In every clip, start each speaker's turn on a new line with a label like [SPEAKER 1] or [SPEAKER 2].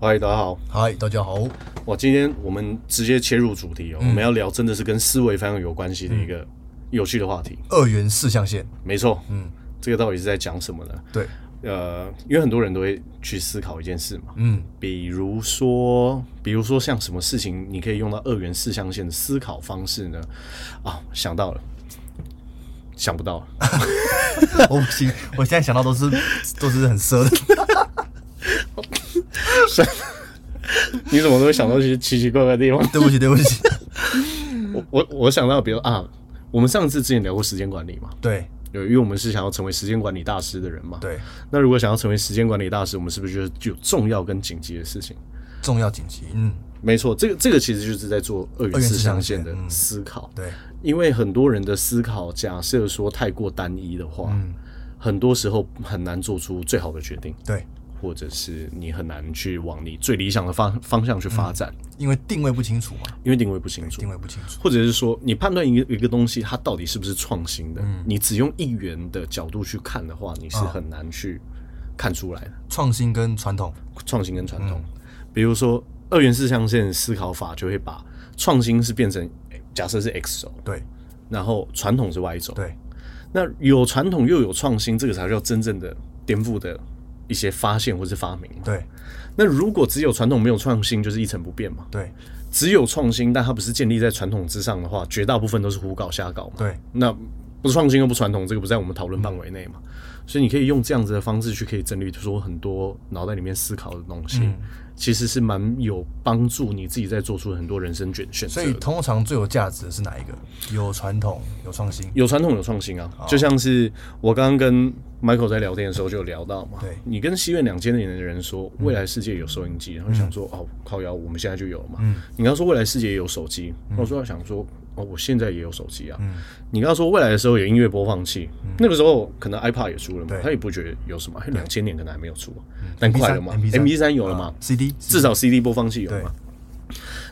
[SPEAKER 1] 嗨，大家好，
[SPEAKER 2] 嗨，大家好。
[SPEAKER 1] 哇，今天我们直接切入主题哦，
[SPEAKER 2] 嗯
[SPEAKER 1] 我们要聊真的是跟思维方向有关系的一个有趣的话题。
[SPEAKER 2] 二元四象限，
[SPEAKER 1] 没错，
[SPEAKER 2] 嗯，
[SPEAKER 1] 这个到底是在讲什么呢？
[SPEAKER 2] 对，
[SPEAKER 1] 呃，因为很多人都会去思考一件事嘛，
[SPEAKER 2] 嗯
[SPEAKER 1] 比如说，比如说像什么事情你可以用到二元四象限的思考方式呢？啊，想到了，想不到了，
[SPEAKER 2] 我不行，我现在想到都是都是很色的。
[SPEAKER 1] 你怎么都会想到一些奇奇怪怪的 地方？
[SPEAKER 2] 对不起，对不起。
[SPEAKER 1] 我我我想到，比如啊，我们上次之前聊过时间管理嘛，
[SPEAKER 2] 对
[SPEAKER 1] 对，因为我们是想要成为时间管理大师的人嘛，。
[SPEAKER 2] 对，
[SPEAKER 1] 那如果想要成为时间管理大师，我们是不是就是有重要跟紧急的事情？
[SPEAKER 2] 重要紧急，嗯，
[SPEAKER 1] 没错，这个这个其实就是在做二元
[SPEAKER 2] 二元
[SPEAKER 1] 四
[SPEAKER 2] 四
[SPEAKER 1] 象
[SPEAKER 2] 象
[SPEAKER 1] 限
[SPEAKER 2] 限
[SPEAKER 1] 的
[SPEAKER 2] 嗯
[SPEAKER 1] 思考，
[SPEAKER 2] 对，
[SPEAKER 1] 因为很多人的思考，假设说太过单一的话，
[SPEAKER 2] 嗯
[SPEAKER 1] 很多时候很难做出最好的决定，
[SPEAKER 2] 对，
[SPEAKER 1] 或者是你很难去往你最理想的方方向去发展，
[SPEAKER 2] 因为定位不清楚嘛，
[SPEAKER 1] 因为定位不清楚
[SPEAKER 2] 嗯定。位不清楚。
[SPEAKER 1] 或者是说，你判断一个一个东西它到底是不是创新的，
[SPEAKER 2] 嗯
[SPEAKER 1] 你只用一元的角度去看的话，
[SPEAKER 2] 啊
[SPEAKER 1] 你是很难去看出来的。
[SPEAKER 2] 创新跟传统，
[SPEAKER 1] 创新跟传统。比如说二元四象限思考法就会把创新是变成诶假设是 x 轴，
[SPEAKER 2] 对
[SPEAKER 1] 然后传统是 y 轴。
[SPEAKER 2] 对，
[SPEAKER 1] 那有传统又有创新，这个才叫真正的颠覆的一些发现或是发明嘛。
[SPEAKER 2] 对
[SPEAKER 1] 那如果只有传统没有创新，就是一成不变嘛。
[SPEAKER 2] 对
[SPEAKER 1] 只有创新，但它不是建立在传统之上的话，绝大部分都是胡搞瞎搞嘛。
[SPEAKER 2] 对，
[SPEAKER 1] 那不创新又不传统，这个不在我们讨论范围内嘛。所以你可以用这样子的方式去可以整理出很多脑袋里面思考的东西，
[SPEAKER 2] 嗯
[SPEAKER 1] 其实是蛮有帮助你自己在做出很多人生选选择
[SPEAKER 2] 所以
[SPEAKER 1] 的。
[SPEAKER 2] 通常最有价值的是哪一个？有传统，有创新，
[SPEAKER 1] 有传统有创新啊，
[SPEAKER 2] 哦
[SPEAKER 1] 就像是我刚刚跟 Michael 在聊天的时候就有聊到嘛，
[SPEAKER 2] 对嗯
[SPEAKER 1] 你跟西元两千年的人说未来世界有收音机，然后想说、哦靠腰，我们现在就有了嘛，
[SPEAKER 2] 嗯
[SPEAKER 1] 你刚说未来世界也有手机，我说想说哦我现在也有手机啊，
[SPEAKER 2] 嗯
[SPEAKER 1] 你刚说未来的时候有音乐播放器，那个时候可能 iPad 也出了嘛
[SPEAKER 2] 对，
[SPEAKER 1] 他也不觉得有什么，两千年可能还没有出啊，但快了嘛
[SPEAKER 2] MP3
[SPEAKER 1] ，MP 三有了嘛，
[SPEAKER 2] ，CD
[SPEAKER 1] 至少 CD 播放器有
[SPEAKER 2] 啊对
[SPEAKER 1] 嘛。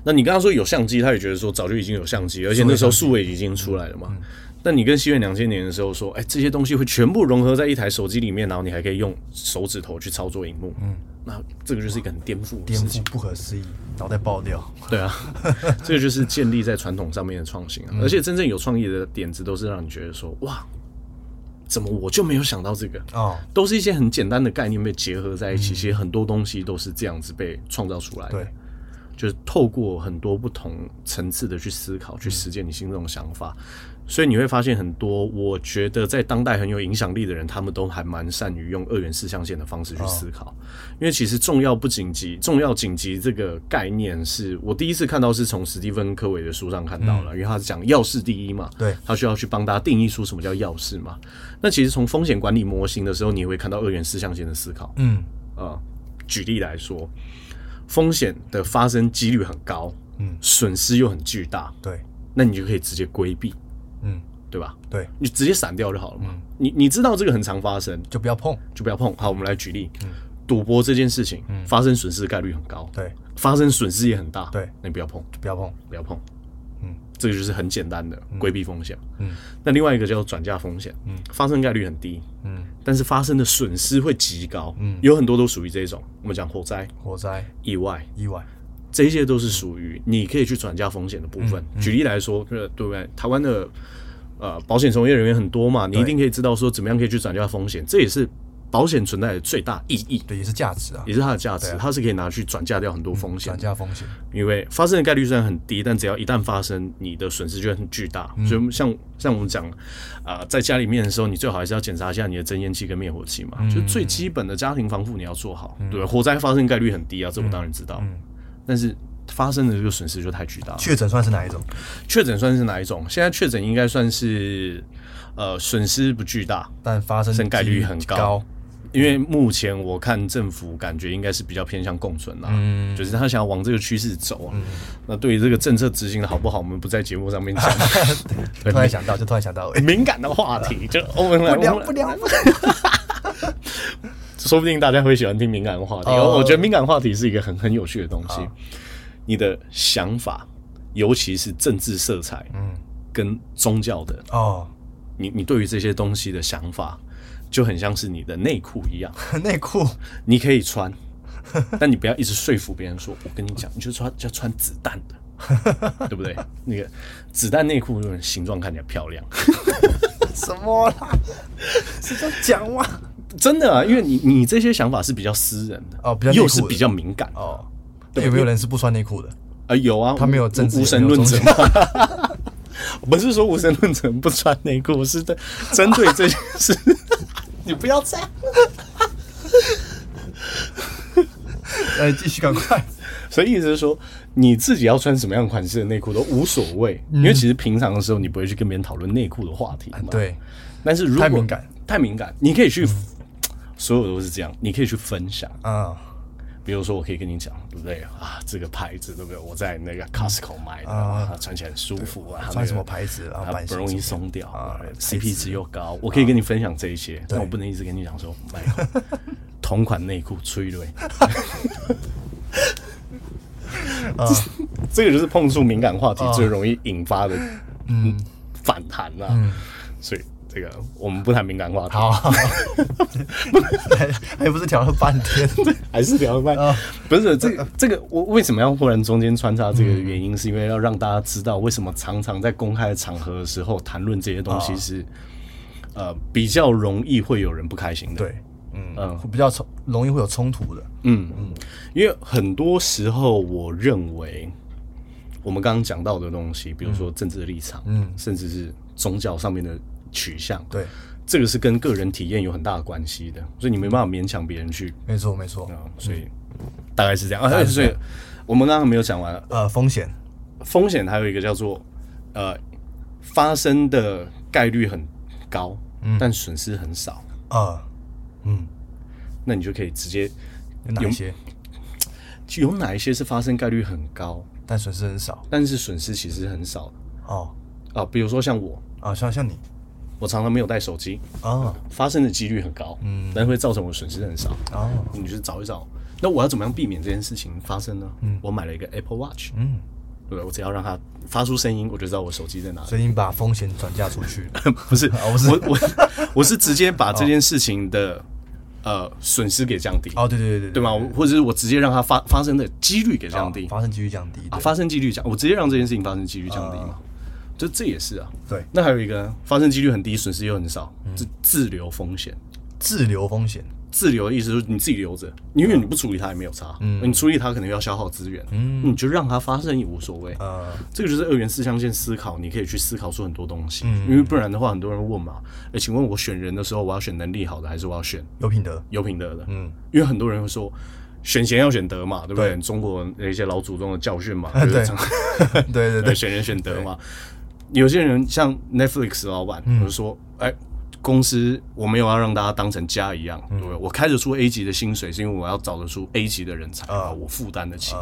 [SPEAKER 1] 那你刚刚说有相机，他也觉得说早就已经有相机，而且那时候数位已经出来了嘛。那你跟西元两千年的时候说，哎、这些东西会全部融合在一台手机里面，然后你还可以用手指头去操作荧幕，嗯，那这个就是一个很颠覆的
[SPEAKER 2] 颠
[SPEAKER 1] 事
[SPEAKER 2] 覆
[SPEAKER 1] 情，
[SPEAKER 2] 不可思议，脑袋爆掉。
[SPEAKER 1] 对啊， 这个就是建立在传统上面的创新啊，而且真正有创意的点子都是让你觉得说，哇，怎么我就没有想到这个？
[SPEAKER 2] 哦，
[SPEAKER 1] 都是一些很简单的概念被结合在一起，其实很多东西都是这样子被创造出来的。
[SPEAKER 2] 对，
[SPEAKER 1] 就是透过很多不同层次的去思考，去实践你心中的想法。所以你会发现，很多我觉得在当代很有影响力的人，他们都还蛮善于用二元四象限的方式去思考。因为其实重要不紧急，重要紧急这个概念是我第一次看到，是从史蒂芬科维的书上看到了，因为他是讲要事第一嘛，
[SPEAKER 2] 对
[SPEAKER 1] 他需要去帮大家定义出什么叫要事嘛。那其实从风险管理模型的时候，你也会看到二元四象限的思考。
[SPEAKER 2] 嗯，
[SPEAKER 1] 呃，举例来说，风险的发生几率很高，
[SPEAKER 2] 嗯
[SPEAKER 1] 损失又很巨大，
[SPEAKER 2] 对，
[SPEAKER 1] 那你就可以直接规避，
[SPEAKER 2] 嗯，
[SPEAKER 1] 对吧？
[SPEAKER 2] 对，
[SPEAKER 1] 你直接闪掉就好了嘛。你你知道这个很常发生，
[SPEAKER 2] 就不要碰。
[SPEAKER 1] 就不要碰。好，我们来举例，赌博这件事情，发生损失概率很高，
[SPEAKER 2] 嗯对，
[SPEAKER 1] 发生损失也很大，
[SPEAKER 2] 对
[SPEAKER 1] 那你不要碰，
[SPEAKER 2] 就不要碰。
[SPEAKER 1] 不要碰。
[SPEAKER 2] 嗯，
[SPEAKER 1] 这个就是很简单的规避风险。
[SPEAKER 2] 嗯，
[SPEAKER 1] 那另外一个叫转嫁风险，嗯，发生概率很低，
[SPEAKER 2] 嗯，
[SPEAKER 1] 但是发生的损失会极高，嗯，有很多都属于这种，我们讲火灾、
[SPEAKER 2] 火灾、
[SPEAKER 1] 意外，
[SPEAKER 2] 意外，
[SPEAKER 1] 这些都是属于你可以去转嫁风险的部
[SPEAKER 2] 嗯
[SPEAKER 1] 分。举例来说，呃，对不对？台湾的呃保险从业人员很多嘛，你一定可以知道说怎么样可以去转嫁风险，这也是保险存在的最大意义，
[SPEAKER 2] 对，也是价值啊，
[SPEAKER 1] 也是它的价值，
[SPEAKER 2] 对啊
[SPEAKER 1] 它是可以拿去转嫁掉很多风险
[SPEAKER 2] 转。嫁风险，
[SPEAKER 1] 因为发生的概率虽然很低，但只要一旦发生，你的损失就会很巨大。所以像像我们讲，啊、在家里面的时候，你最好还是要检查一下你的增烟器跟灭火器嘛，就最基本的家庭防护你要做好。对，火灾发生概率很低啊，这我当然知道，但是发生的这个损失就太巨大了。
[SPEAKER 2] 确诊算是哪一种？
[SPEAKER 1] 确诊算是哪一种？现在确诊应该算是呃损失不巨大，
[SPEAKER 2] 但发生
[SPEAKER 1] 生概率很
[SPEAKER 2] 高，
[SPEAKER 1] 高因为目前我看政府感觉应该是比较偏向共存啦、
[SPEAKER 2] 嗯
[SPEAKER 1] 就是他想要往这个趋势走啊。那对于这个政策执行的好不好，我们不在节目上面 讲对
[SPEAKER 2] 突然想到，就突然想到，哎
[SPEAKER 1] 敏感的话题，就欧文来，
[SPEAKER 2] 不聊
[SPEAKER 1] 我们
[SPEAKER 2] 不聊不聊。
[SPEAKER 1] 说不定大家会喜欢听敏感的话题。
[SPEAKER 2] 哦
[SPEAKER 1] 我觉得敏感话题是一个很很有趣的东西。你的想法，尤其是政治色彩，嗯，跟宗教的，
[SPEAKER 2] 哦，
[SPEAKER 1] 你你对于这些东西的想法，就很像是你的内裤一样，
[SPEAKER 2] 内裤
[SPEAKER 1] 你可以穿，但你不要一直说服别人说，我跟你讲，你就穿就穿子弹的， 对不对？那个子弹内裤就是形状看起来漂亮，
[SPEAKER 2] 什么啦？是这样讲吗？
[SPEAKER 1] 真的啊，因为你你这些想法是比较私人的
[SPEAKER 2] 哦比较内裤
[SPEAKER 1] 又
[SPEAKER 2] 的
[SPEAKER 1] 是比较敏感啊、
[SPEAKER 2] 哦，那有没有人是不穿内裤的？
[SPEAKER 1] 呃有啊，
[SPEAKER 2] 他没有
[SPEAKER 1] 无
[SPEAKER 2] 政治
[SPEAKER 1] 无神论者 嘛。我不是说无神论者不穿内裤，我是对针对这件事， 你不要这样。
[SPEAKER 2] 呃，继续赶快。
[SPEAKER 1] 所以意思是说，你自己要穿什么样款式的内裤都无所谓，因为其实平常的时候你不会去跟别人讨论内裤的话题嘛。。
[SPEAKER 2] 嗯对，
[SPEAKER 1] 但是如果
[SPEAKER 2] 太敏感，嗯
[SPEAKER 1] 太敏感，你可以去，所有的都是这样，你可以去分享。
[SPEAKER 2] 啊
[SPEAKER 1] 比如说，我可以跟你讲，对不对啊？这个牌子对不对？我在那个 Costco 买的，
[SPEAKER 2] 嗯啊
[SPEAKER 1] 啊穿起来很舒服啊。
[SPEAKER 2] 穿什么牌子然后版
[SPEAKER 1] 啊，
[SPEAKER 2] 型
[SPEAKER 1] 不容易松掉
[SPEAKER 2] 啊
[SPEAKER 1] 对
[SPEAKER 2] 牌子啊
[SPEAKER 1] ，CP 值又高。我可以跟你分享这一些，但
[SPEAKER 2] 对
[SPEAKER 1] 我不能一直跟你讲说，买 同款内裤催泪。
[SPEAKER 2] 啊，
[SPEAKER 1] 这个就是碰触敏感话题最容易引发的嗯反弹啊。
[SPEAKER 2] 嗯
[SPEAKER 1] 所以这个我们不谈敏感话题，
[SPEAKER 2] 好，还 还不是调了半 天？
[SPEAKER 1] 还是聊慢。
[SPEAKER 2] 啊
[SPEAKER 1] 不是这个这个，我为什么要忽然中间穿插这
[SPEAKER 2] 嗯
[SPEAKER 1] 个原因，是因为要让大家知道为什么常常在公开的场合的时候谈论这些东西是、呃比较容易会有人不开心的。
[SPEAKER 2] 啊对，嗯
[SPEAKER 1] 嗯，
[SPEAKER 2] 会比较冲，容易会有冲突的。
[SPEAKER 1] 嗯，因为很多时候，我认为我们刚刚讲到的东西，比如说政治的立场，嗯，甚至是宗教上面的取向，
[SPEAKER 2] 对，
[SPEAKER 1] 这个是跟个人体验有很大的关系的，所以你没办法勉强别人去
[SPEAKER 2] 没错没错。
[SPEAKER 1] 啊，所以大概是这样。啊，所以我们刚刚没有讲完，
[SPEAKER 2] 呃，风险
[SPEAKER 1] 风险还有一个叫做呃发生的概率很高，但损失很少，
[SPEAKER 2] 啊，
[SPEAKER 1] 那你就可以直接
[SPEAKER 2] 有哪一些？
[SPEAKER 1] 有哪一些是发生概率很高，
[SPEAKER 2] 但损失很少
[SPEAKER 1] 但是损失其实很少
[SPEAKER 2] 哦。
[SPEAKER 1] 啊。比如说像我，
[SPEAKER 2] 啊，像像你
[SPEAKER 1] 我常常没有带手机，
[SPEAKER 2] 啊
[SPEAKER 1] 发生的几率很高，嗯，但会造成我损失很少。
[SPEAKER 2] 啊，
[SPEAKER 1] 你去找一找，那我要怎么样避免这件事情发生呢？我买了一个 Apple Watch，
[SPEAKER 2] 嗯，
[SPEAKER 1] 对，我只要让它发出声音，我就知道我手机在哪里。
[SPEAKER 2] 所以你把风险转嫁出 去，
[SPEAKER 1] 不 是，
[SPEAKER 2] 哦不是
[SPEAKER 1] 我 我我是直接把这件事情的、呃损失给降低，
[SPEAKER 2] 哦，对对对对
[SPEAKER 1] 对吗？我或者是我直接让它发发生的几率给降
[SPEAKER 2] 降
[SPEAKER 1] 低
[SPEAKER 2] 哦低，发生几哦率降低
[SPEAKER 1] 啊，发生几率降，我直接让这件事情发生几率降低嘛。就这也是啊，
[SPEAKER 2] 对
[SPEAKER 1] 那还有一个呢发生几率很低，损失又很少，
[SPEAKER 2] 嗯
[SPEAKER 1] 这自留风险。
[SPEAKER 2] 滞留风险
[SPEAKER 1] 自留的意思就是你自己留着，因
[SPEAKER 2] 哦
[SPEAKER 1] 为你不处理它也没有差，
[SPEAKER 2] 嗯
[SPEAKER 1] 你处理它可能要消耗资源，你就让它发生也无所谓。
[SPEAKER 2] 呃
[SPEAKER 1] 这个就是二元四象限思考，你可以去思考出很多东西，因为不然的话，很多人问嘛，哎，请问我选人的时候，我要选能力好的，还是我要选
[SPEAKER 2] 有 品德
[SPEAKER 1] 有品德的？嗯，因为很多人会说。选贤要选德嘛，对不对？中国人的一些老祖宗的教训 嘛，就是
[SPEAKER 2] 对
[SPEAKER 1] 常
[SPEAKER 2] 对对
[SPEAKER 1] 对，
[SPEAKER 2] 对
[SPEAKER 1] 呃选人选德嘛。有些人像 Netflix 的老板，
[SPEAKER 2] 嗯
[SPEAKER 1] 就说：“哎，公司我没有要让大家当成家一样，
[SPEAKER 2] 嗯
[SPEAKER 1] 对不对？我开得出 A 级的薪水，是因为我要找得出 A 级的人才啊，我负担得起。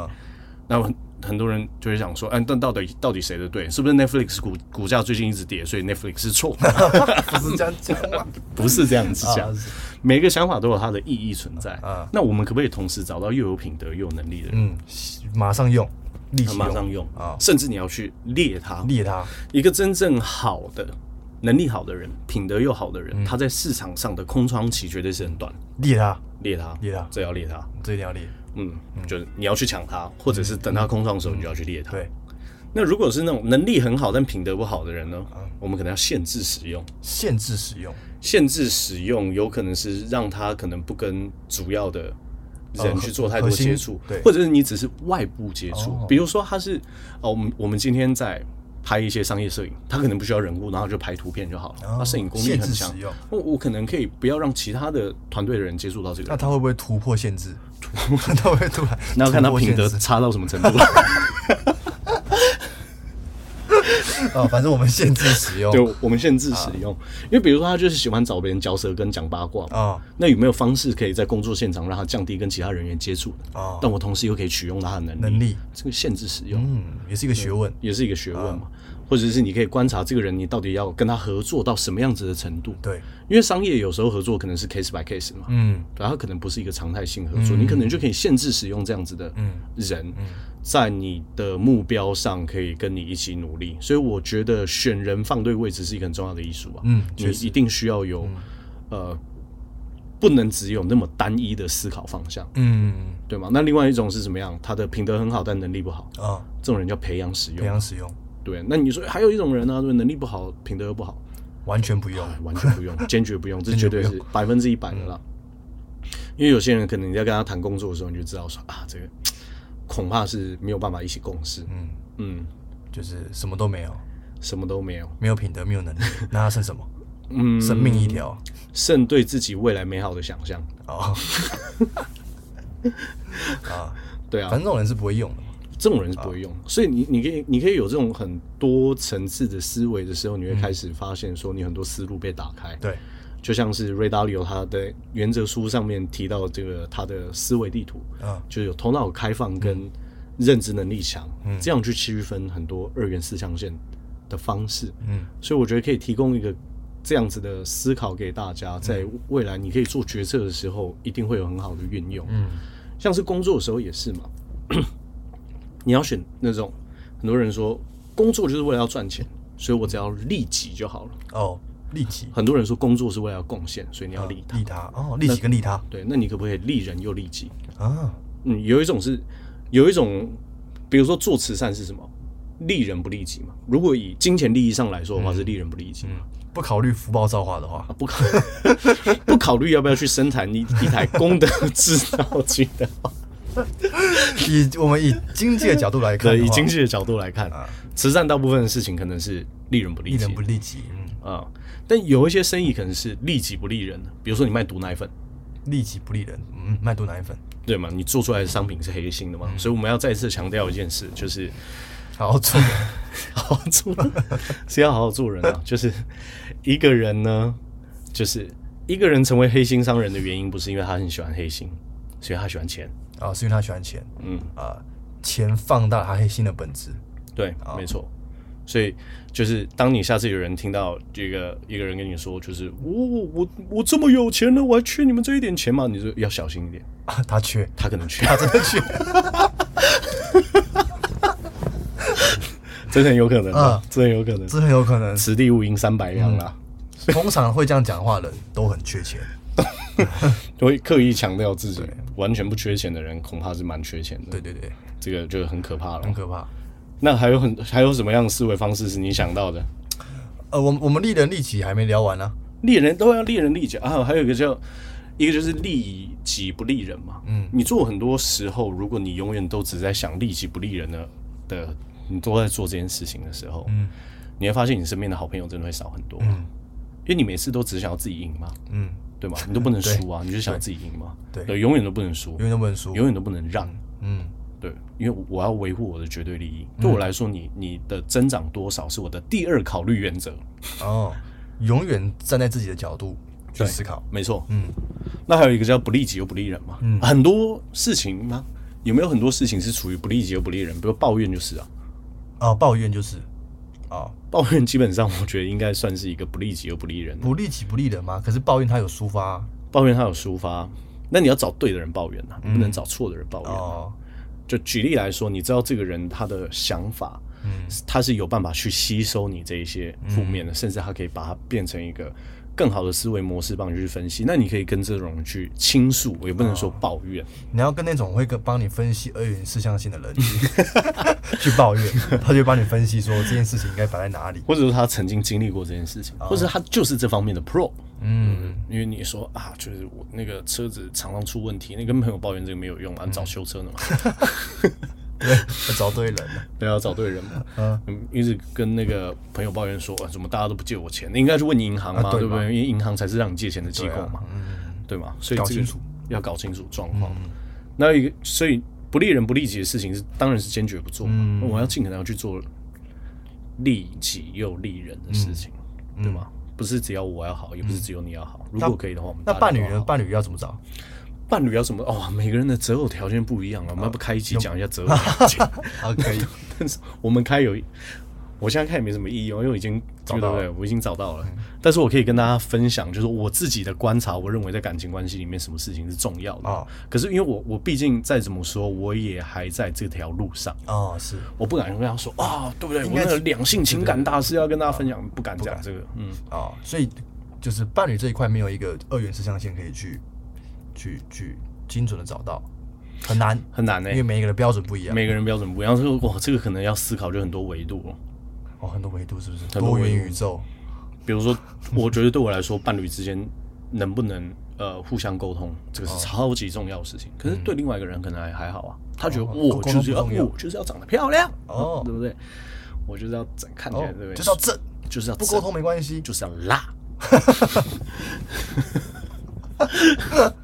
[SPEAKER 1] 那很很多人就会想说：“哎，但到底到底谁的对？是不是 Netflix 股股价最近一直跌，所以 Netflix 是错？
[SPEAKER 2] 不是这样讲啊吗？
[SPEAKER 1] 不是这样子讲
[SPEAKER 2] 啊是，
[SPEAKER 1] 每个想法都有它的意义存在
[SPEAKER 2] 啊。
[SPEAKER 1] 那我们可不可以同时找到又有品德又有能力的人，
[SPEAKER 2] 嗯，马上用，立即
[SPEAKER 1] 马上
[SPEAKER 2] 用，
[SPEAKER 1] 用
[SPEAKER 2] 啊
[SPEAKER 1] 甚至你要去猎他，
[SPEAKER 2] 列它
[SPEAKER 1] 一个真正好的、能力好的人、品德又好的
[SPEAKER 2] 嗯
[SPEAKER 1] 人，他在市场上的空窗期绝对是很短。
[SPEAKER 2] 列它，
[SPEAKER 1] 猎他，
[SPEAKER 2] 猎他
[SPEAKER 1] 这要猎他。
[SPEAKER 2] 这一定要列，
[SPEAKER 1] 嗯，就是你要去抢他，或者是等他空窗的时候，你就要去猎他。
[SPEAKER 2] 嗯对，
[SPEAKER 1] 那如果是那种能力很好但品德不好的人呢？
[SPEAKER 2] 嗯
[SPEAKER 1] 我们可能要限制使用，
[SPEAKER 2] 限制使用，
[SPEAKER 1] 限制使用有可能是让他可能不跟主要的人
[SPEAKER 2] 呃
[SPEAKER 1] 去做太
[SPEAKER 2] 核
[SPEAKER 1] 多
[SPEAKER 2] 心
[SPEAKER 1] 接触，
[SPEAKER 2] 对
[SPEAKER 1] 或者是你只是外部接触，
[SPEAKER 2] 哦
[SPEAKER 1] 比如说他是哦，我们我们今天在拍一些商业摄影，他可能不需要人物，然后就拍图片就好了，
[SPEAKER 2] 哦
[SPEAKER 1] 他摄影功力很
[SPEAKER 2] 限
[SPEAKER 1] 强
[SPEAKER 2] 制使用。
[SPEAKER 1] 我我可能可以不要让其他的团队的人接触到这个
[SPEAKER 2] 那
[SPEAKER 1] 人，
[SPEAKER 2] 他会不会突破限制？ 他会不会突 然，
[SPEAKER 1] 然后看他
[SPEAKER 2] 突破
[SPEAKER 1] 品
[SPEAKER 2] 限
[SPEAKER 1] 德
[SPEAKER 2] 制
[SPEAKER 1] 差到什么 程度。
[SPEAKER 2] 啊，反正我们限制使用。
[SPEAKER 1] 对，我们限制使用，因为比如说他就是喜欢找别人嚼舌根、讲八卦嘛。
[SPEAKER 2] 啊
[SPEAKER 1] 那有没有方式可以在工作现场让他降低跟其他人员接触的？
[SPEAKER 2] 啊，
[SPEAKER 1] 但我同时又可以取用他的能力，
[SPEAKER 2] 能力
[SPEAKER 1] 这个限制使用、
[SPEAKER 2] 嗯，啊也是一个学问。
[SPEAKER 1] 也是一个学问嘛。或者是你可以观察这个人，你到底要跟他合作到什么样子的程度？，
[SPEAKER 2] 对，
[SPEAKER 1] 因为商业有时候合作可能是 case by case 嘛，
[SPEAKER 2] 嗯，
[SPEAKER 1] 对，它可能不是一个常态性合作，你可能就可以限制使用这样子的
[SPEAKER 2] 嗯
[SPEAKER 1] 人，在你的目标上可以跟你一起努力。所以我觉得选人放对位置是一个很重要的艺术吧。啊
[SPEAKER 2] 嗯
[SPEAKER 1] 你
[SPEAKER 2] 确实嗯
[SPEAKER 1] 一定需要有、呃，不能只有那么单一的思考方向，
[SPEAKER 2] 嗯，
[SPEAKER 1] 对吗？那另外一种是怎么样？他的品德很好，但能力不好，
[SPEAKER 2] 啊，
[SPEAKER 1] 这种人叫培养使
[SPEAKER 2] 培
[SPEAKER 1] 用。
[SPEAKER 2] 养使用
[SPEAKER 1] 对，那你说还有一种人呢、啊，对，能力不好，品德又不好，
[SPEAKER 2] 完全不用。
[SPEAKER 1] 哎完全不用，坚决不用，这绝对
[SPEAKER 2] 坚
[SPEAKER 1] 是百分之一百的啦。因为有些人可能你在跟他谈工作的时候，你就知道说啊，这个恐怕是没有办法一起共事，
[SPEAKER 2] 嗯，
[SPEAKER 1] 嗯，
[SPEAKER 2] 就是什么都没有，
[SPEAKER 1] 什么都没有，
[SPEAKER 2] 没有品德，没 有能力，那他剩什么？
[SPEAKER 1] 嗯，
[SPEAKER 2] 生命一条。
[SPEAKER 1] 剩对自己未来美好的想象，
[SPEAKER 2] 哦，啊，
[SPEAKER 1] 对
[SPEAKER 2] 反
[SPEAKER 1] 啊
[SPEAKER 2] 正，这种人是不会用的嘛。
[SPEAKER 1] 这种人是不会用，所以你你可以你可以有这种很多层次的思维的时候，你会开始发现说你很多思路被打开，
[SPEAKER 2] 对，
[SPEAKER 1] 就像是瑞达利欧他的原则书上面提到这个他的思维地图，
[SPEAKER 2] 啊，
[SPEAKER 1] 就是有头脑开放跟认知能力强，这样去区分很多二元四象限的方式。
[SPEAKER 2] 嗯，
[SPEAKER 1] 所以我觉得可以提供一个这样子的思考给大家，在未来你可以做决策的时候，一定会有很好的运用。嗯，像是工作的时候也是嘛， 你要选那种很多人说工作就是为了要赚钱，所以我只要利己就好了。
[SPEAKER 2] 哦，利己，
[SPEAKER 1] 很多人说工作是为了要贡献，所以你要利他。
[SPEAKER 2] 利他，哦，利己跟利他
[SPEAKER 1] 对，那你可不可以利人又利己？
[SPEAKER 2] 啊，
[SPEAKER 1] 嗯，有一种是有一种，比如说做慈善是什么？利人不利己嘛。如果以金钱利益上来说
[SPEAKER 2] 嗯
[SPEAKER 1] 的话，是利人不利己嘛。
[SPEAKER 2] 不考虑福报造化的话，
[SPEAKER 1] 啊，不考 不考虑要不要去生产一一台功德制造机 的话，
[SPEAKER 2] 以我们以经济的角度来看
[SPEAKER 1] 对，
[SPEAKER 2] 的话，
[SPEAKER 1] 以经济的角度来看，慈善大部分的事情可能是利人不利
[SPEAKER 2] 利
[SPEAKER 1] 己
[SPEAKER 2] 人不利己，嗯，
[SPEAKER 1] 啊、但有一些生意可能是利己不利人的，比如说你卖毒奶粉，
[SPEAKER 2] 利己不利人，嗯，卖毒奶粉，
[SPEAKER 1] 对吗？你做出来的商品是黑心的
[SPEAKER 2] 嗯
[SPEAKER 1] 嘛，所以我们要再次强调一件事，就是
[SPEAKER 2] 好 好做，
[SPEAKER 1] 好好做人 是要好好做人啊。就是一个人呢，就是一个人成为黑心商人的原因，不是因为他很喜欢黑心，是因为他喜欢钱。
[SPEAKER 2] 啊，是因为他喜欢钱，
[SPEAKER 1] 嗯，
[SPEAKER 2] 啊，钱放大了他黑心的本质，
[SPEAKER 1] 对，没错。所以就是当你下次有人听到这个一个人跟你说，就是我我我我这么有钱了，我还缺你们这一点钱吗？你就要小心一点，
[SPEAKER 2] 啊他缺，
[SPEAKER 1] 他可能 缺，
[SPEAKER 2] 他真的缺，
[SPEAKER 1] 真的很有可能啊
[SPEAKER 2] 啊，
[SPEAKER 1] 真的有可能。
[SPEAKER 2] 这很有可能。
[SPEAKER 1] 此地无银三百两啊啦，
[SPEAKER 2] 通常会这样讲话的人都很缺钱，
[SPEAKER 1] 就会刻意强调自己完全不缺钱的人，恐怕是蛮缺钱的。
[SPEAKER 2] 对，对对，
[SPEAKER 1] 这个就很可怕了
[SPEAKER 2] 很。可怕。
[SPEAKER 1] 那还有很还有什么样的思维方式是你想到的？
[SPEAKER 2] 呃，我们我们利人利己还没聊完呢、
[SPEAKER 1] 利人都要利人利己啊，还有一个叫一个就是利己不利人嘛。嗯，你做很多时候，如果你永远都只在想利己不利人的的，你都在做这件事情的时候，嗯，你会发现你身边的好朋友真的会少很多。嗯，因为你每次都只想要自己赢嘛，
[SPEAKER 2] 嗯，
[SPEAKER 1] 对 吗？你都不能输啊，你就想要自己赢嘛，
[SPEAKER 2] 对
[SPEAKER 1] 永远都不能输，
[SPEAKER 2] 永远都不能输。
[SPEAKER 1] 永远都不能让。
[SPEAKER 2] 嗯，
[SPEAKER 1] 对，因为我要维护我的绝对利益。对我来说，你你的增长多少是我的第二考虑原则。
[SPEAKER 2] 哦，永远站在自己的角度去思考。
[SPEAKER 1] 没错，嗯，那还有一个叫不利己又不利人嘛，
[SPEAKER 2] 嗯
[SPEAKER 1] 很多事情吗？有没有很多事情是处于不利己又不利人？比如抱怨就是啊，
[SPEAKER 2] 哦，抱怨就是，哦，
[SPEAKER 1] 抱怨基本上我觉得应该算是一个不利己又不利人的。
[SPEAKER 2] 不利己不利人嘛。可是抱怨他有抒发啊、
[SPEAKER 1] 抱怨它有抒发，那你要找对的人抱怨啊，你不能找错的人抱怨啊、
[SPEAKER 2] 嗯哦，
[SPEAKER 1] 就举例来说，你知道这个人他的想法，
[SPEAKER 2] 嗯嗯
[SPEAKER 1] 他是有办法去吸收你这一些负面的，甚至他可以把它变成一个更好的思维模式帮你去分析。那你可以跟这种人去倾诉，也不能
[SPEAKER 2] 哦
[SPEAKER 1] 说抱怨。
[SPEAKER 2] 你要跟那种会跟帮你分析二元四象性的人 去抱怨，他就会帮你分析说这件事情应该摆在哪里。
[SPEAKER 1] 或者说他曾经经历过这件事情，或者他就是这方面的 pro。嗯，因为你说啊，就是我那个车子常常出问题，那跟朋友抱怨这个没有用啊，找修车的嘛，
[SPEAKER 2] 对，要找对人了。
[SPEAKER 1] 不要找对人嘛。嗯，一直跟那个朋友抱怨说，啊，怎么大家都不借我钱？那应该去问你银行嘛，
[SPEAKER 2] 啊对嘛啊嗯
[SPEAKER 1] 对不对？因为银行才是让你借钱的机构嘛，对嘛？所以
[SPEAKER 2] 搞
[SPEAKER 1] 这个
[SPEAKER 2] 清楚嗯
[SPEAKER 1] 要搞清楚状况。那一个，所以不利人不利己的事情是，当然是坚决不做嘛。
[SPEAKER 2] 嗯
[SPEAKER 1] 那我要尽可能要去做利己又利人的事情，
[SPEAKER 2] 嗯
[SPEAKER 1] 对吗？不是只有我要好，也不是只有你要好。如果可以的话，我们
[SPEAKER 2] 那
[SPEAKER 1] 大家
[SPEAKER 2] 伴
[SPEAKER 1] 都
[SPEAKER 2] 侣
[SPEAKER 1] 好
[SPEAKER 2] 呢？伴侣要怎么找？
[SPEAKER 1] 伴侣要什么？哦，每个人的择偶条件不一样啊。我们要不开一集讲一下择偶条件？
[SPEAKER 2] 啊，可以，
[SPEAKER 1] 但是我们开有，我现在看也没什么意义哦，因为我已经
[SPEAKER 2] 找
[SPEAKER 1] 对
[SPEAKER 2] 到
[SPEAKER 1] 不
[SPEAKER 2] 了
[SPEAKER 1] 对？我已经找到了，但是我可以跟大家分享，就是我自己的观察，我认为在感情关系里面什么事情是重要的。
[SPEAKER 2] 哦
[SPEAKER 1] 可是因为我我毕竟再怎么说，我也还在这条路上，
[SPEAKER 2] 哦，是
[SPEAKER 1] 我不敢跟他说啊、对不对？我
[SPEAKER 2] 应该
[SPEAKER 1] 那
[SPEAKER 2] 是
[SPEAKER 1] 个两性情感大师要跟大家分享，不敢讲这个，嗯。
[SPEAKER 2] 哦，所以就是伴侣这一块没有一个二元四象限可以去去去精准的找到，很难，
[SPEAKER 1] 很难呢、欸
[SPEAKER 2] 因为每一个人标准不一样，
[SPEAKER 1] 每个人标准不一样，说哇，这个可能要思考就很多维度了。
[SPEAKER 2] 哦，很多维度是不是？
[SPEAKER 1] 多
[SPEAKER 2] 多元
[SPEAKER 1] 维度
[SPEAKER 2] 宇宙，
[SPEAKER 1] 比如说，我觉得对我来说，伴侣之间能不能呃互相沟通，这
[SPEAKER 2] 哦
[SPEAKER 1] 个是超级重要的事情。可是对另外一个人可能还还好啊，他觉得我
[SPEAKER 2] 嗯哦沟通
[SPEAKER 1] 就是要
[SPEAKER 2] 不重要
[SPEAKER 1] 我就是要长得漂亮，
[SPEAKER 2] 哦
[SPEAKER 1] 对不对？我就是要整看起来
[SPEAKER 2] 哦
[SPEAKER 1] 对不对？，
[SPEAKER 2] 就是要正，
[SPEAKER 1] 就是要
[SPEAKER 2] 不沟
[SPEAKER 1] 整
[SPEAKER 2] 通没关系，
[SPEAKER 1] 就是要 辣。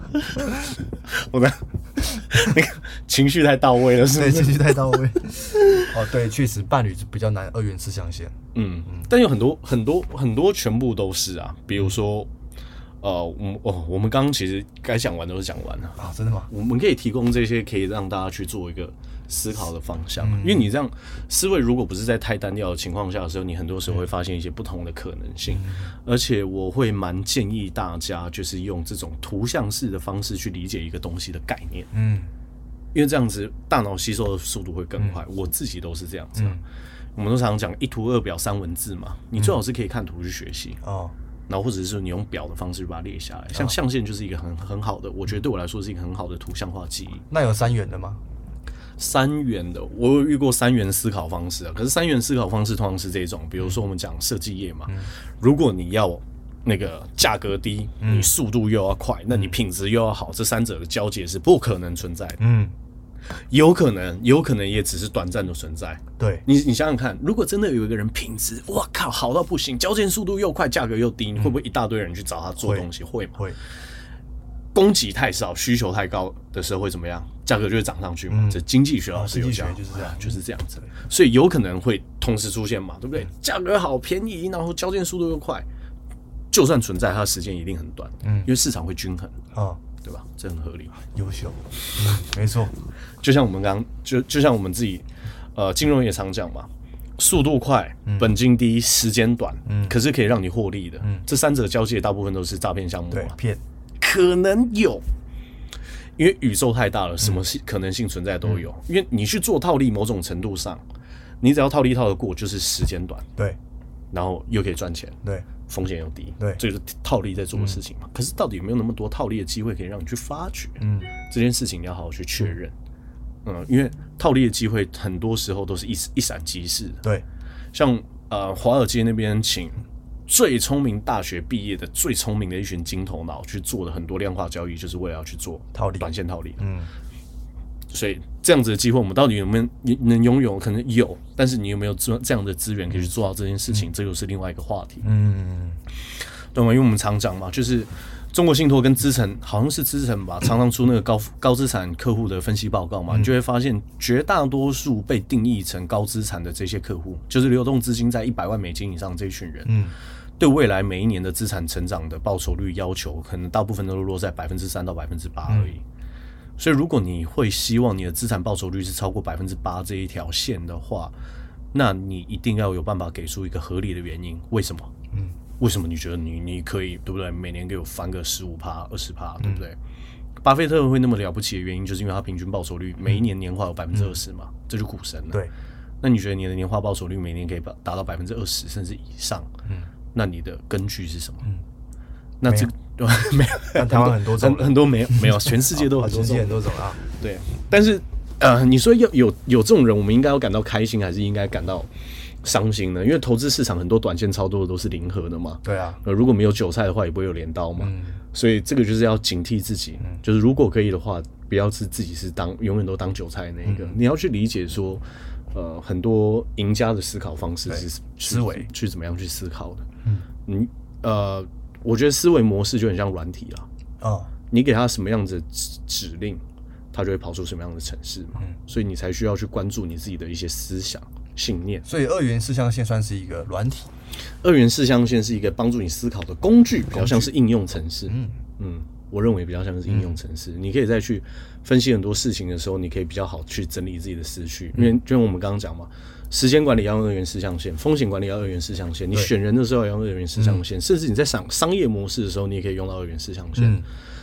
[SPEAKER 1] 我的 那个情绪太到位了，是不
[SPEAKER 2] 对，
[SPEAKER 1] 是？
[SPEAKER 2] 情绪太到位。 哦，对，确实伴侣是比较难二元四象限。
[SPEAKER 1] 嗯，但有很多很多很多全部都是啊，比如说，呃，我们哦，我们刚刚其实该讲完都是讲完了，
[SPEAKER 2] 啊，真的吗？
[SPEAKER 1] 我们可以提供这些，可以让大家去做一个思考的方向。啊因为你这样思维，如果不是在太单调的情况下的时候，你很多时候会发现一些不同的可能性。而且我会蛮建议大家，就是用这种图像式的方式去理解一个东西的概念，
[SPEAKER 2] 嗯，
[SPEAKER 1] 因为这样子大脑吸收的速度会更快。我自己都是这样子啊、我们都常讲一图二表三文字嘛，你最好是可以看图去学习。
[SPEAKER 2] 哦，
[SPEAKER 1] 然后或者是你用表的方式把它列下来，像象限就是一个很很好的，我觉得对我来说是一个很好的图像化记忆。
[SPEAKER 2] 那有三元的吗？
[SPEAKER 1] 三元的，我有遇过三元思考方式啊。可是三元思考方式通常是这种，比如说我们讲设计业嘛，如果你要那个价格低，你速度又要快，那你品质又要好，这三者的交界是不可能存在的。
[SPEAKER 2] 嗯，
[SPEAKER 1] 有可能，有可能也只是短暂的存在。
[SPEAKER 2] 对，
[SPEAKER 1] 你你想想看，如果真的有一个人品质，我靠，好到不行，交件速度又快，价格又低，你会不会一大堆人去找他做
[SPEAKER 2] 会
[SPEAKER 1] 东西？会吗？
[SPEAKER 2] 会，
[SPEAKER 1] 供给太少，需求太高的时候会怎么样？价格就会涨上去嘛。这经济学老师有讲，
[SPEAKER 2] 嗯啊经济学就是这样
[SPEAKER 1] 啊就是这样子。所以有可能会同时出现嘛，对不对？价格好便宜，然后交件速度又快，就算存在，它的时间一定很短，嗯，因为市场会均衡，
[SPEAKER 2] 啊，
[SPEAKER 1] 对吧？这很合理。
[SPEAKER 2] 优秀，嗯，没错，
[SPEAKER 1] 就像我们刚刚就就像我们自己，呃，金融也常讲嘛，速度快，本金低，时间短，嗯，可是可以让你获利的，嗯，这三者交界大部分都是诈骗项目
[SPEAKER 2] 对
[SPEAKER 1] 嘛，，
[SPEAKER 2] 骗，
[SPEAKER 1] 可能有，因为宇宙太大了，什么性可能性存在都有。因为你去做套利，某种程度上，你只要套利套得过，就是时间短，
[SPEAKER 2] 对，
[SPEAKER 1] 然后又可以赚钱，
[SPEAKER 2] 对，
[SPEAKER 1] 风险又低，
[SPEAKER 2] 对
[SPEAKER 1] 这就是套利在做的事情嘛。可是到底有没有那么多套利的机会可以让你去发掘？
[SPEAKER 2] 嗯，
[SPEAKER 1] 这件事情你要好好去确认。嗯，因为套利的机会很多时候都是一一闪即逝的，
[SPEAKER 2] 对，
[SPEAKER 1] 像呃华尔街那边请最聪明大学毕业的最聪明的一群金头脑去做的很多量化交易，就是为了要去做
[SPEAKER 2] 套利
[SPEAKER 1] 短线套利。
[SPEAKER 2] 嗯，
[SPEAKER 1] 所以这样子的机会，我们到底有没有你能拥有？可能有，但是你有没有这这样的资源可以去做到这件事情？这又是另外一个话题，
[SPEAKER 2] 嗯，
[SPEAKER 1] 对吗？因为我们常讲嘛，就是。中国信托跟资产好像是资产吧，常常出那个高高资产客户的分析报告嘛，你就会发现绝大多数被定义成高资产的这些客户，就是流动资金在一百万美金以上这一群人，
[SPEAKER 2] 嗯，
[SPEAKER 1] 对未来每一年的资产成长的报酬率要求，可能大部分都落在百分之三到百分之八而已。所以，如果你会希望你的资产报酬率是超过百分之八这一条线的话，那你一定要有办法给出一个合理的原因，为什么？嗯，为什么你觉得你你可以对不对？每年给我翻个十五趴、二十趴，对不对？巴菲特会那么了不起的原因，就是因为他平均报酬率每一年年化有百分之二十嘛，这就股神了。
[SPEAKER 2] 对，
[SPEAKER 1] 那你觉得你的年化报酬率每年可以达到百分之二十甚至以上，嗯，那你的根据是什么？嗯，那这没有
[SPEAKER 2] 但台湾很多种
[SPEAKER 1] 很很多没有没有，全世界 都有
[SPEAKER 2] 啊
[SPEAKER 1] 很多
[SPEAKER 2] 全世
[SPEAKER 1] 这
[SPEAKER 2] 界
[SPEAKER 1] 种
[SPEAKER 2] 很多种啊，
[SPEAKER 1] 对，但是呃，你说要有有这种人，我们应该要感到开心，还是应该感到伤心呢？因为投资市场很多短线操作都是零和的嘛。
[SPEAKER 2] 对啊，
[SPEAKER 1] 呃，如果没有韭菜的话，也不会有镰刀嘛。所以这个就是要警惕自己，就是如果可以的话，不要是自己是当永远都当韭菜那一个。你要去理解说，呃，很多赢家的思考方式是去
[SPEAKER 2] 思维
[SPEAKER 1] 去怎么样去思考的。嗯，你呃，我觉得思维模式就很像软体啦。
[SPEAKER 2] 哦，
[SPEAKER 1] 你给他什么样子的指指令，他就会跑出什么样的城市嘛。所以你才需要去关注你自己的一些思想信念。
[SPEAKER 2] 所以二元四象限算是一个软体，
[SPEAKER 1] 二元四象限是一个帮助你思考的工具，比较像是应用程式。嗯我认为比较像是应用程
[SPEAKER 2] 嗯
[SPEAKER 1] 式。你可以再去分析很多事情的时候，你可以比较好去整理自己的思绪，
[SPEAKER 2] 嗯
[SPEAKER 1] 因为就像我们刚刚讲嘛。时间管理要用二元四象限，风险管理要二元四象限。你选人的时候要用二元四象
[SPEAKER 2] 嗯
[SPEAKER 1] 限，甚至你在商商业模式的时候，你也可以用到二元四象限。
[SPEAKER 2] 嗯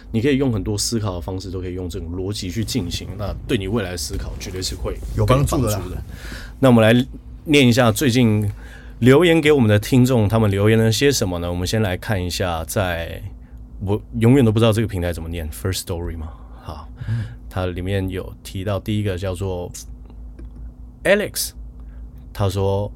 [SPEAKER 1] 你可以用很多思考的方式，都可以用这种逻辑去进行。那对你未来的思考绝对是会
[SPEAKER 2] 有帮助的啦
[SPEAKER 1] 更有那我们来念一下最近留言给我们的听众，他们留言了些什么呢？我们先来看一下在，我永远都不知道这个平台怎么念，First Story 嘛。好，它里面有提到第一个叫做 Alex，他说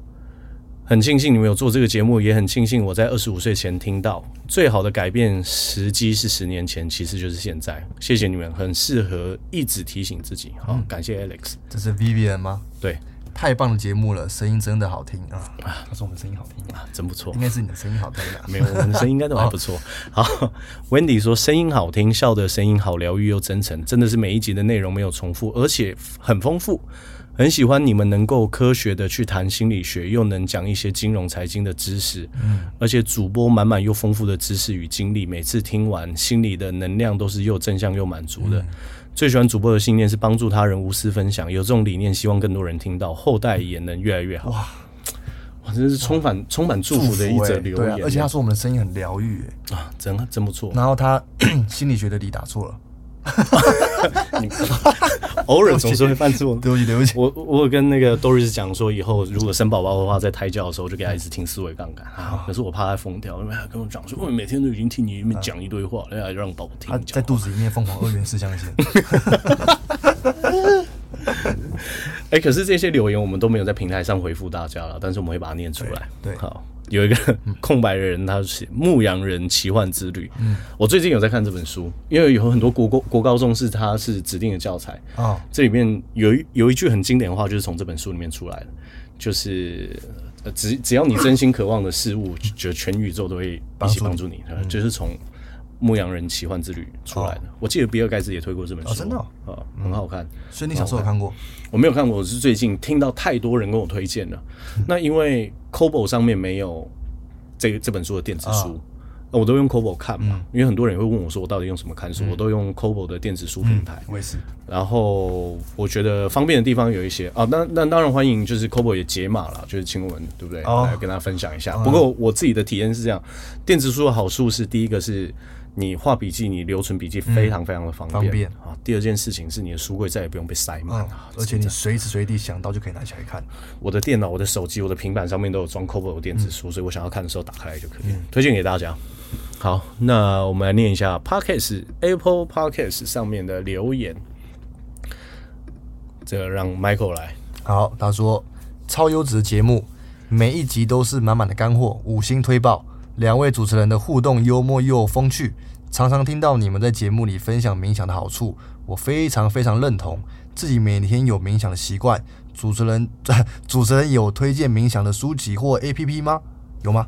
[SPEAKER 1] 很庆幸你们有做这个节目，也很庆幸我在二十五岁前听到。最好的改变时机是十年前，其实就是现在。谢谢你们，很适合一直提醒自己。好，感谢 Alex。
[SPEAKER 2] 这是 Vivian 吗？
[SPEAKER 1] 对，
[SPEAKER 2] 太棒的节目了，声音真的好听啊！他说我们声音好听，
[SPEAKER 1] 啊真不错
[SPEAKER 2] 应。该是你的声音好听啊。
[SPEAKER 1] 没有，我们的声音应该都还不错。 好，Wendy 说声音好听，笑的声音好疗愈又真诚，真的是每一集的内容没有重复，而且很丰富。很喜欢你们能够科学的去谈心理学，又能讲一些金融财经的知识，而且主播满满又丰富的知识与经历，每次听完心里的能量都是又正向又满足的。最喜欢主播的信念是帮助他人无私分享，有这种理念，希望更多人听到，后代也能越来越好。哇，真是充满充满祝福的一则
[SPEAKER 2] 欸
[SPEAKER 1] 留
[SPEAKER 2] 对
[SPEAKER 1] 言
[SPEAKER 2] 啊
[SPEAKER 1] 欸、，
[SPEAKER 2] 而且他说我们的声音很疗愈欸，
[SPEAKER 1] 啊，真真不错。
[SPEAKER 2] 然后他 心理学的底打错了，
[SPEAKER 1] 你偶尔总是会犯错。
[SPEAKER 2] 对不起，对不起，
[SPEAKER 1] 我我有跟那个 Doris 讲说，以后如果生宝宝的话，在胎教的时候就给他一直听思维杠杆啊。可是我怕他疯掉，因为他跟我讲说，我每天都已经听你们讲一堆话，然后让宝宝
[SPEAKER 2] 他
[SPEAKER 1] 听
[SPEAKER 2] 啊在
[SPEAKER 1] 讲。
[SPEAKER 2] 肚子里面疯狂二元四象 限，
[SPEAKER 1] 哎，可是这些留言我们都没有在平台上回复大家了，但是我们会把它念出来。
[SPEAKER 2] 对对嗯
[SPEAKER 1] 好。有一个空白的人，他写《牧羊人奇幻之旅》。
[SPEAKER 2] 嗯
[SPEAKER 1] 我最近有在看这本书，因为有很多国高国高中是它是指定的教材，
[SPEAKER 2] 哦，
[SPEAKER 1] 这里面有一有一句很经典的话，就是从这本书里面出来的，就是呃只只要你真心渴望的事物，就就全宇宙都会一起帮助你，
[SPEAKER 2] 嗯
[SPEAKER 1] 呃就是从《牧羊人奇幻之旅》出来的。我记得比尔盖茨也推过这本书，
[SPEAKER 2] 哦哦真的哦
[SPEAKER 1] 啊，很好看。
[SPEAKER 2] 所以你小时候有看过？
[SPEAKER 1] 我没有看过，我是最近听到太多人跟我推荐了。
[SPEAKER 2] 嗯
[SPEAKER 1] 那因为 Kobo 上面没有这这本书的电子书，
[SPEAKER 2] 啊
[SPEAKER 1] 那我都用 Kobo 看嘛，
[SPEAKER 2] 嗯
[SPEAKER 1] 因为很多人也会问我说我到底用什么看书，我都用 Kobo 的电子书平台。
[SPEAKER 2] 我也是，
[SPEAKER 1] 然后我觉得方便的地方有一些啊，那那当然欢迎，就是 Kobo 也解码了，就是请我们对不对、
[SPEAKER 2] 哦
[SPEAKER 1] 来跟大家分享一下。不过我自己的体验是这样，电子书的好处是第一个是你画笔记，你留存笔记非常非常的方便,、
[SPEAKER 2] 方便
[SPEAKER 1] 啊。第二件事情是你的书柜再也不用被塞满
[SPEAKER 2] 嗯
[SPEAKER 1] 了、，
[SPEAKER 2] 而且你随时随地想到就可以拿起来看，
[SPEAKER 1] 我的电脑、我的手机、我的平板上面都有装 Kobo 的电子书，所以我想要看的时候打开来就可以了。推荐给大家。好，那我们来念一下 Podcast Apple Podcast 上面的留言。这个让 Michael 来。
[SPEAKER 2] 好，他说超优质的节目，每一集都是满满的干货，五星推爆。两位主持人的互动幽默又风趣，常常听到你们在节目里分享冥想的好处，我非常非常认同。自己每天有冥想的习惯，主持人 主持人有推荐冥想的书籍或 A P P 吗？有吗？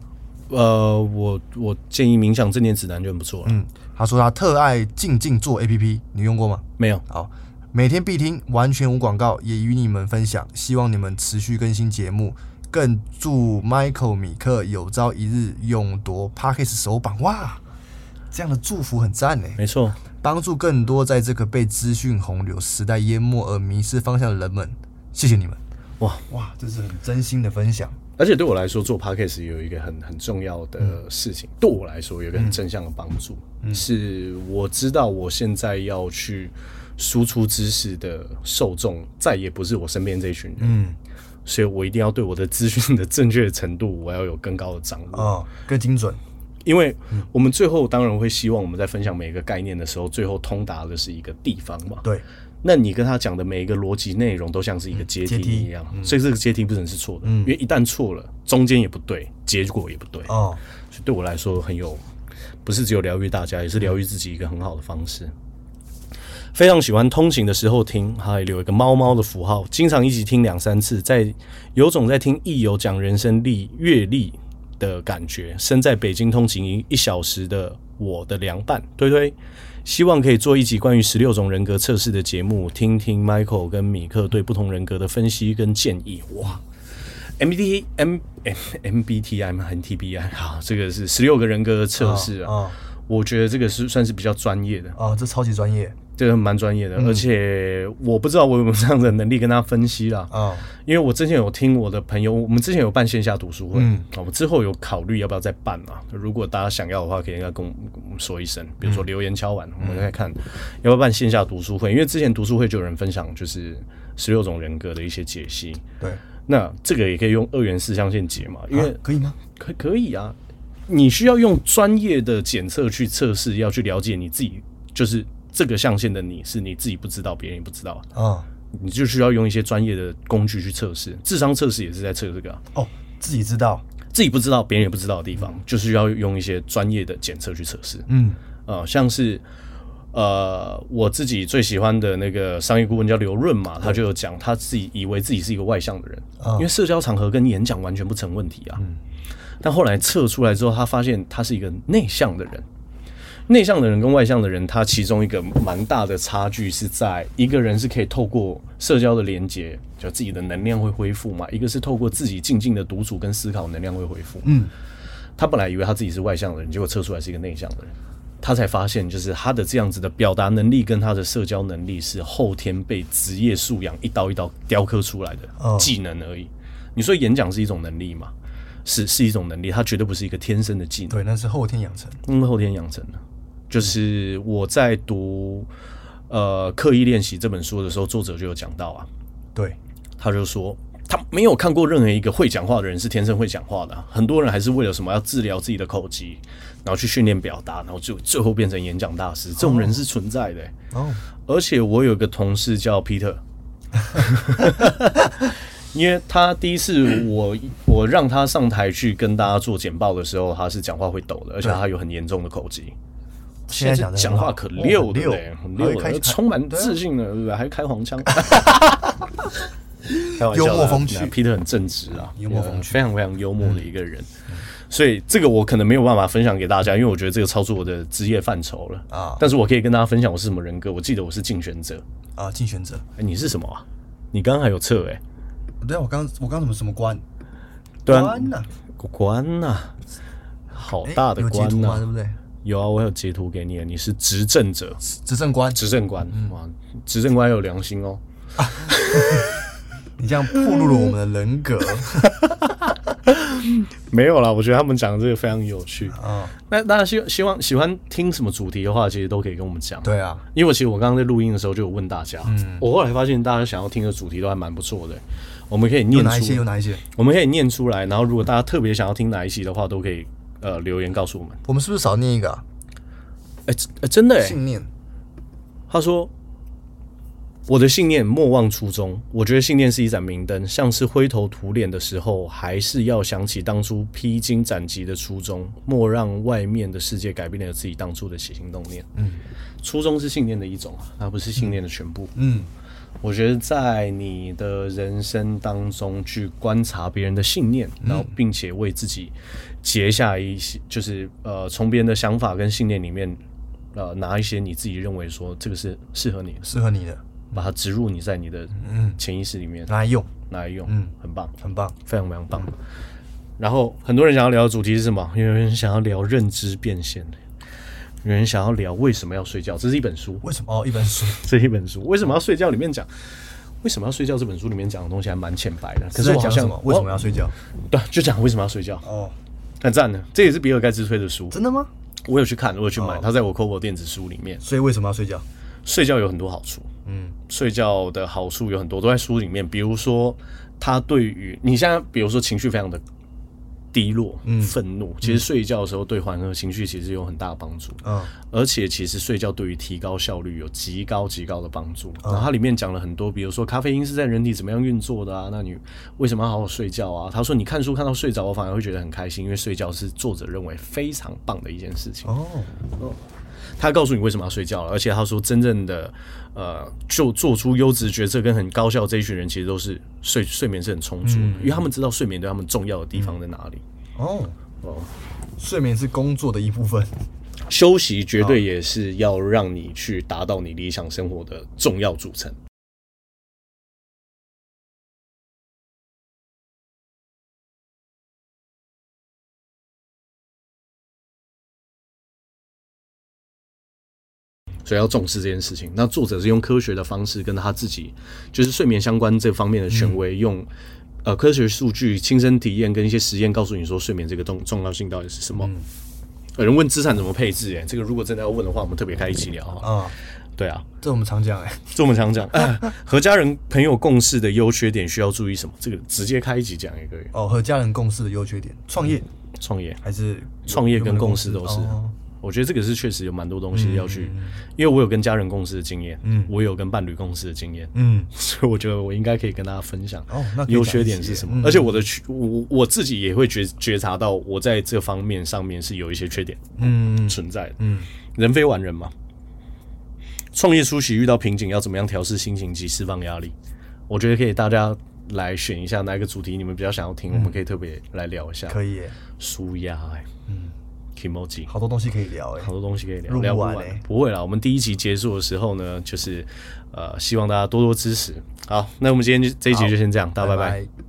[SPEAKER 1] 呃，我我建议冥想正念指南就很不错了。
[SPEAKER 2] 嗯，他说他特爱静静坐 A P P，你用过吗？
[SPEAKER 1] 没有，
[SPEAKER 2] 好，每天必听，完全无广告，也与你们分享。希望你们持续更新节目，更祝 Michael 米克有朝一日勇夺 Parkes 首榜！哇，这样的祝福很赞呢，
[SPEAKER 1] 没错，
[SPEAKER 2] 帮助更多在这个被资讯洪流时代淹没而迷失方向的人们。谢谢你们！
[SPEAKER 1] 哇
[SPEAKER 2] 哇，这是很真心的分享。
[SPEAKER 1] 而且对我来说，做 podcast 有一个很很重要的事情，对我来说有一个很正向的帮助，是我知道我现在要去输出知识的受众，再也不是我身边这一群人，
[SPEAKER 2] 嗯，哦
[SPEAKER 1] 所以我一定要对我的资讯的正确程度，我要有更高的掌握。
[SPEAKER 2] 哦，更精准。
[SPEAKER 1] 因为我们最后当然会希望我们在分享每一个概念的时候，最后通达的是一个地方嘛。
[SPEAKER 2] 对，
[SPEAKER 1] 那你跟他讲的每一个逻辑内容都像是一个阶
[SPEAKER 2] 嗯阶梯嗯
[SPEAKER 1] 梯一样，所以这个阶梯不能是错的，因为一旦错了，中间也不对，结果也不对。
[SPEAKER 2] 哦，
[SPEAKER 1] 所以对我来说很有，不是只有疗愈大家，也是疗愈自己一个很好的方式。非常喜欢通勤的时候听，还有一个猫猫的符号，经常一集听两三次，在有种在听益友讲人生历阅历的感觉。身在北京通勤一小时的我的凉拌推推，希望可以做一集关于十六种人格测试的节目，听听 Michael 跟米克对不同人格的分析跟建议。哇，MBT M M MBTI 吗？还是 TBI？好，啊这个是十六个人格测试啊。
[SPEAKER 2] 哦
[SPEAKER 1] 我觉得这个是算是比较专业的，
[SPEAKER 2] 哦，这超级专业
[SPEAKER 1] 这个蛮专业的，而且我不知道我有没有这样的能力跟大家分析啦。
[SPEAKER 2] 哦，
[SPEAKER 1] 因为我之前有听我的朋友，我们之前有办线下读书会，
[SPEAKER 2] 嗯
[SPEAKER 1] 啊，我之后有考虑要不要再办嘛。如果大家想要的话，可以应该跟我们跟我们说一声，比如说留言敲完，我们再看要不要办线下读书会。因为之前读书会就有人分享就是十六种人格的一些解析，
[SPEAKER 2] 对，
[SPEAKER 1] 那这个也可以用二元四象限解嘛，因为
[SPEAKER 2] 啊可以吗？
[SPEAKER 1] 可可以啊，你需要用专业的检测去测试，要去了解你自己，就是这个象限的你是你自己不知道，别人也不知道，
[SPEAKER 2] 哦
[SPEAKER 1] 你就需要用一些专业的工具去测试。智商测试也是在测这个啊、
[SPEAKER 2] 哦，自己知道，
[SPEAKER 1] 自己不知道，别人也不知道的地方，就是要用一些专业的检测去测试。
[SPEAKER 2] 嗯，
[SPEAKER 1] 呃，像是呃我自己最喜欢的那个商业顾问叫刘润嘛，他就有讲他自己以为自己是一个外向的人，
[SPEAKER 2] 啊
[SPEAKER 1] 因为社交场合跟演讲完全不成问题啊。但后来测出来之后，他发现他是一个内向的人。内向的人跟外向的人，他其中一个蛮大的差距是在一个人是可以透过社交的连接，就自己的能量会恢复嘛；一个是透过自己静静的独处跟思考，能量会恢复。嗯，他本来以为他自己是外向的人，结果测出来是一个内向的人，他才发现就是他的这样子的表达能力跟他的社交能力是后天被职业素养一刀一刀雕刻出来
[SPEAKER 2] 哦
[SPEAKER 1] 的技能而已。你说演讲是一种能力吗？是是一种能力，它绝对不是一个天生的技能。
[SPEAKER 2] 对，那是后天养成，
[SPEAKER 1] 因为后天养成的。就是我在读呃《刻意练习》这本书的时候，作者就有讲到啊，
[SPEAKER 2] 对，
[SPEAKER 1] 他就说他没有看过任何一个会讲话的人是天生会讲话的啊、很多人还是为了什么要治疗自己的口疾，然后去训练表达，然后就最后变成演讲大师，这种人是存在的欸、
[SPEAKER 2] 哦，
[SPEAKER 1] 而且我有个同事叫 Peter，因为他第一次我我让他上台去跟大家做简报的时候，他是讲话会抖的，而且他有很严重的口疾。
[SPEAKER 2] 现在讲得很
[SPEAKER 1] 讲
[SPEAKER 2] 好
[SPEAKER 1] 话可溜的
[SPEAKER 2] 哦
[SPEAKER 1] 嘞，很
[SPEAKER 2] 很
[SPEAKER 1] 溜
[SPEAKER 2] 溜，
[SPEAKER 1] 的，充满
[SPEAKER 2] 啊
[SPEAKER 1] 自信的，对不对？还开黄 腔，开玩笑的啊，
[SPEAKER 2] 幽默风趣
[SPEAKER 1] 那，Peter 很正直啊，
[SPEAKER 2] 幽默风趣嗯
[SPEAKER 1] 非常非常幽默的一个人。所以这个我可能没有办法分享给大家，因为我觉得这个超出我的职业范畴了
[SPEAKER 2] 啊
[SPEAKER 1] 但是我可以跟大家分享我是什么人格。我记得我是竞选者，
[SPEAKER 2] 啊，竞选者，
[SPEAKER 1] 哎、你是什么啊？你刚刚还有测哎、
[SPEAKER 2] 对啊，我刚我刚怎么什么官？
[SPEAKER 1] 对啊
[SPEAKER 2] 官呐，
[SPEAKER 1] 官呐、好
[SPEAKER 2] 诶
[SPEAKER 1] 大的
[SPEAKER 2] 哎有截
[SPEAKER 1] 官
[SPEAKER 2] 图
[SPEAKER 1] 呐、
[SPEAKER 2] 吗？对不对？
[SPEAKER 1] 有啊，我有截图给你，你是执政者，
[SPEAKER 2] 执政官，
[SPEAKER 1] 执政官，
[SPEAKER 2] 嗯
[SPEAKER 1] 哇，执政官有良心哦。
[SPEAKER 2] 你这样暴露了我们的人格
[SPEAKER 1] 没有啦，我觉得他们讲的这个非常有趣。
[SPEAKER 2] 啊，
[SPEAKER 1] 那大家希希望喜欢听什么主题的话，其实都可以跟我们讲。
[SPEAKER 2] 对啊，
[SPEAKER 1] 因为我其实我刚刚在录音的时候就有问大家，我后来发现大家想要听的主题都还蛮不错的，我们可以
[SPEAKER 2] 有
[SPEAKER 1] 念
[SPEAKER 2] 哪一些？
[SPEAKER 1] 出
[SPEAKER 2] 有，哪一些？
[SPEAKER 1] 我们可以念出来，然后如果大家特别想要听哪一期的话，都可以呃留言告诉我们。
[SPEAKER 2] 我们是不是少念一个啊？
[SPEAKER 1] 哎、真哎真的哎、
[SPEAKER 2] 信念
[SPEAKER 1] 他说：“我的信念莫忘初衷，我觉得信念是一盏明灯，像是灰头土脸的时候，还是要想起当初披荆斩棘的初衷，莫让外面的世界改变了自己当初的起心动念。嗯，初衷是信念的一种啊，它不是信念的全部。
[SPEAKER 2] 嗯，
[SPEAKER 1] 我觉得在你的人生当中去观察别人的信念，然后并且为自己结下一些，就是呃，从别人的想法跟信念里面，呃，拿一些你自己认为说这个是适合你的，
[SPEAKER 2] 适合你的，
[SPEAKER 1] 把它植入你在你的
[SPEAKER 2] 嗯，
[SPEAKER 1] 潜意识里面
[SPEAKER 2] 拿来用，
[SPEAKER 1] 拿来用，
[SPEAKER 2] 嗯
[SPEAKER 1] 很棒，
[SPEAKER 2] 很棒。
[SPEAKER 1] 非常非常棒。然后很多人想要聊的主题是什么？有人想要聊认知变现，有人想要聊为什么要睡觉，这是一本书。
[SPEAKER 2] 为什么？哦，一本 书，
[SPEAKER 1] 这一本书。为什么要睡觉？里面讲为什么要睡觉？这本书里面讲的东西还蛮浅白的。可
[SPEAKER 2] 是
[SPEAKER 1] 是
[SPEAKER 2] 在
[SPEAKER 1] 我好
[SPEAKER 2] 讲
[SPEAKER 1] 像
[SPEAKER 2] 什么？为什么要睡觉？
[SPEAKER 1] 我对，就讲为什么要睡觉，
[SPEAKER 2] 哦，
[SPEAKER 1] 很赞的。这也是比尔盖茨推的书，
[SPEAKER 2] 真的吗？
[SPEAKER 1] 我有去看，我有去
[SPEAKER 2] 哦
[SPEAKER 1] 买，它在我 Kobo 电子书里面。
[SPEAKER 2] 所以为什么要睡觉？
[SPEAKER 1] 睡觉有很多好处，
[SPEAKER 2] 嗯，
[SPEAKER 1] 睡觉的好处有很多都在书里面，比如说它对于你现在，比如说情绪非常的低落、
[SPEAKER 2] 嗯
[SPEAKER 1] 愤怒，其实睡觉的时候对缓和情绪其实有很大的帮助。
[SPEAKER 2] 嗯
[SPEAKER 1] 而且其实睡觉对于提高效率有极高极高的帮助。然后它里面讲了很多，比如说咖啡因是在人体怎么样运作的啊？那你为什么要好好睡觉啊？他说你看书看到睡着，我啊反而会觉得很开心，因为睡觉是作者认为非常棒的一件事情。
[SPEAKER 2] 哦，
[SPEAKER 1] 他告诉你为什么要睡觉了，而且他说真正的呃，就做出优质决策跟很高效这一群人，其实都是睡睡眠是很充足的，因为他们知道睡眠对他们重要的地方在哪里。
[SPEAKER 2] 哦，
[SPEAKER 1] 哦，
[SPEAKER 2] 睡眠是工作的一部分。
[SPEAKER 1] 休息绝对也是要让你去达到你理想生活的重要组成。所以要重视这件事情。那作者是用科学的方式跟他自己，就是睡眠相关这方面的权威，用呃科学数据、亲身体验跟一些实验，告诉你说睡眠这个重重要性到底是什么。有人问资产怎么配置、哎，这个如果真的要问的话，我们特别开一期聊啊。
[SPEAKER 2] 啊，
[SPEAKER 1] 对啊，
[SPEAKER 2] 这我们常讲哎、
[SPEAKER 1] 这我们常 讲，哎和家人朋友共事的优缺点需要注意什么？这个直接开一集讲也可以。
[SPEAKER 2] 哦，和家人共事的优缺点，创业
[SPEAKER 1] 创业，
[SPEAKER 2] 还是
[SPEAKER 1] 嗯创业
[SPEAKER 2] 有没
[SPEAKER 1] 跟
[SPEAKER 2] 有
[SPEAKER 1] 共事都是
[SPEAKER 2] 哦。
[SPEAKER 1] 我觉得这个是确实有蛮多东西要去，因为我有跟家人共事的经验，嗯，我有跟伴侣共事的经验，
[SPEAKER 2] 嗯，
[SPEAKER 1] 所以我觉得我应该可以跟大家分享
[SPEAKER 2] 哦那可以
[SPEAKER 1] 优
[SPEAKER 2] 讲
[SPEAKER 1] 缺
[SPEAKER 2] 一
[SPEAKER 1] 点
[SPEAKER 2] 集
[SPEAKER 1] 是
[SPEAKER 2] 耶
[SPEAKER 1] 什么。而且我的缺我我自己也会觉觉察到，我在这方面上面是有一些缺点
[SPEAKER 2] 嗯
[SPEAKER 1] 存在的。
[SPEAKER 2] 嗯，
[SPEAKER 1] 人非完人嘛，创业初期遇到瓶颈，要怎么样调试心情及释放压力？我觉得可以大家来选一下哪一个主题你们比较想要听，我们可以特别来聊一下。
[SPEAKER 2] 嗯可
[SPEAKER 1] 以，
[SPEAKER 2] 以耶、
[SPEAKER 1] 舒压、欸，嗯，emoji，
[SPEAKER 2] 好多东西可以聊哎、
[SPEAKER 1] 好多东西可以聊，
[SPEAKER 2] 录不
[SPEAKER 1] 聊不
[SPEAKER 2] 完
[SPEAKER 1] 完。
[SPEAKER 2] 欸
[SPEAKER 1] 不会啦，我们第一集结束的时候呢，就是呃，希望大家多多支持。好，那我们今天就这一集就先这样，大家拜拜
[SPEAKER 2] 拜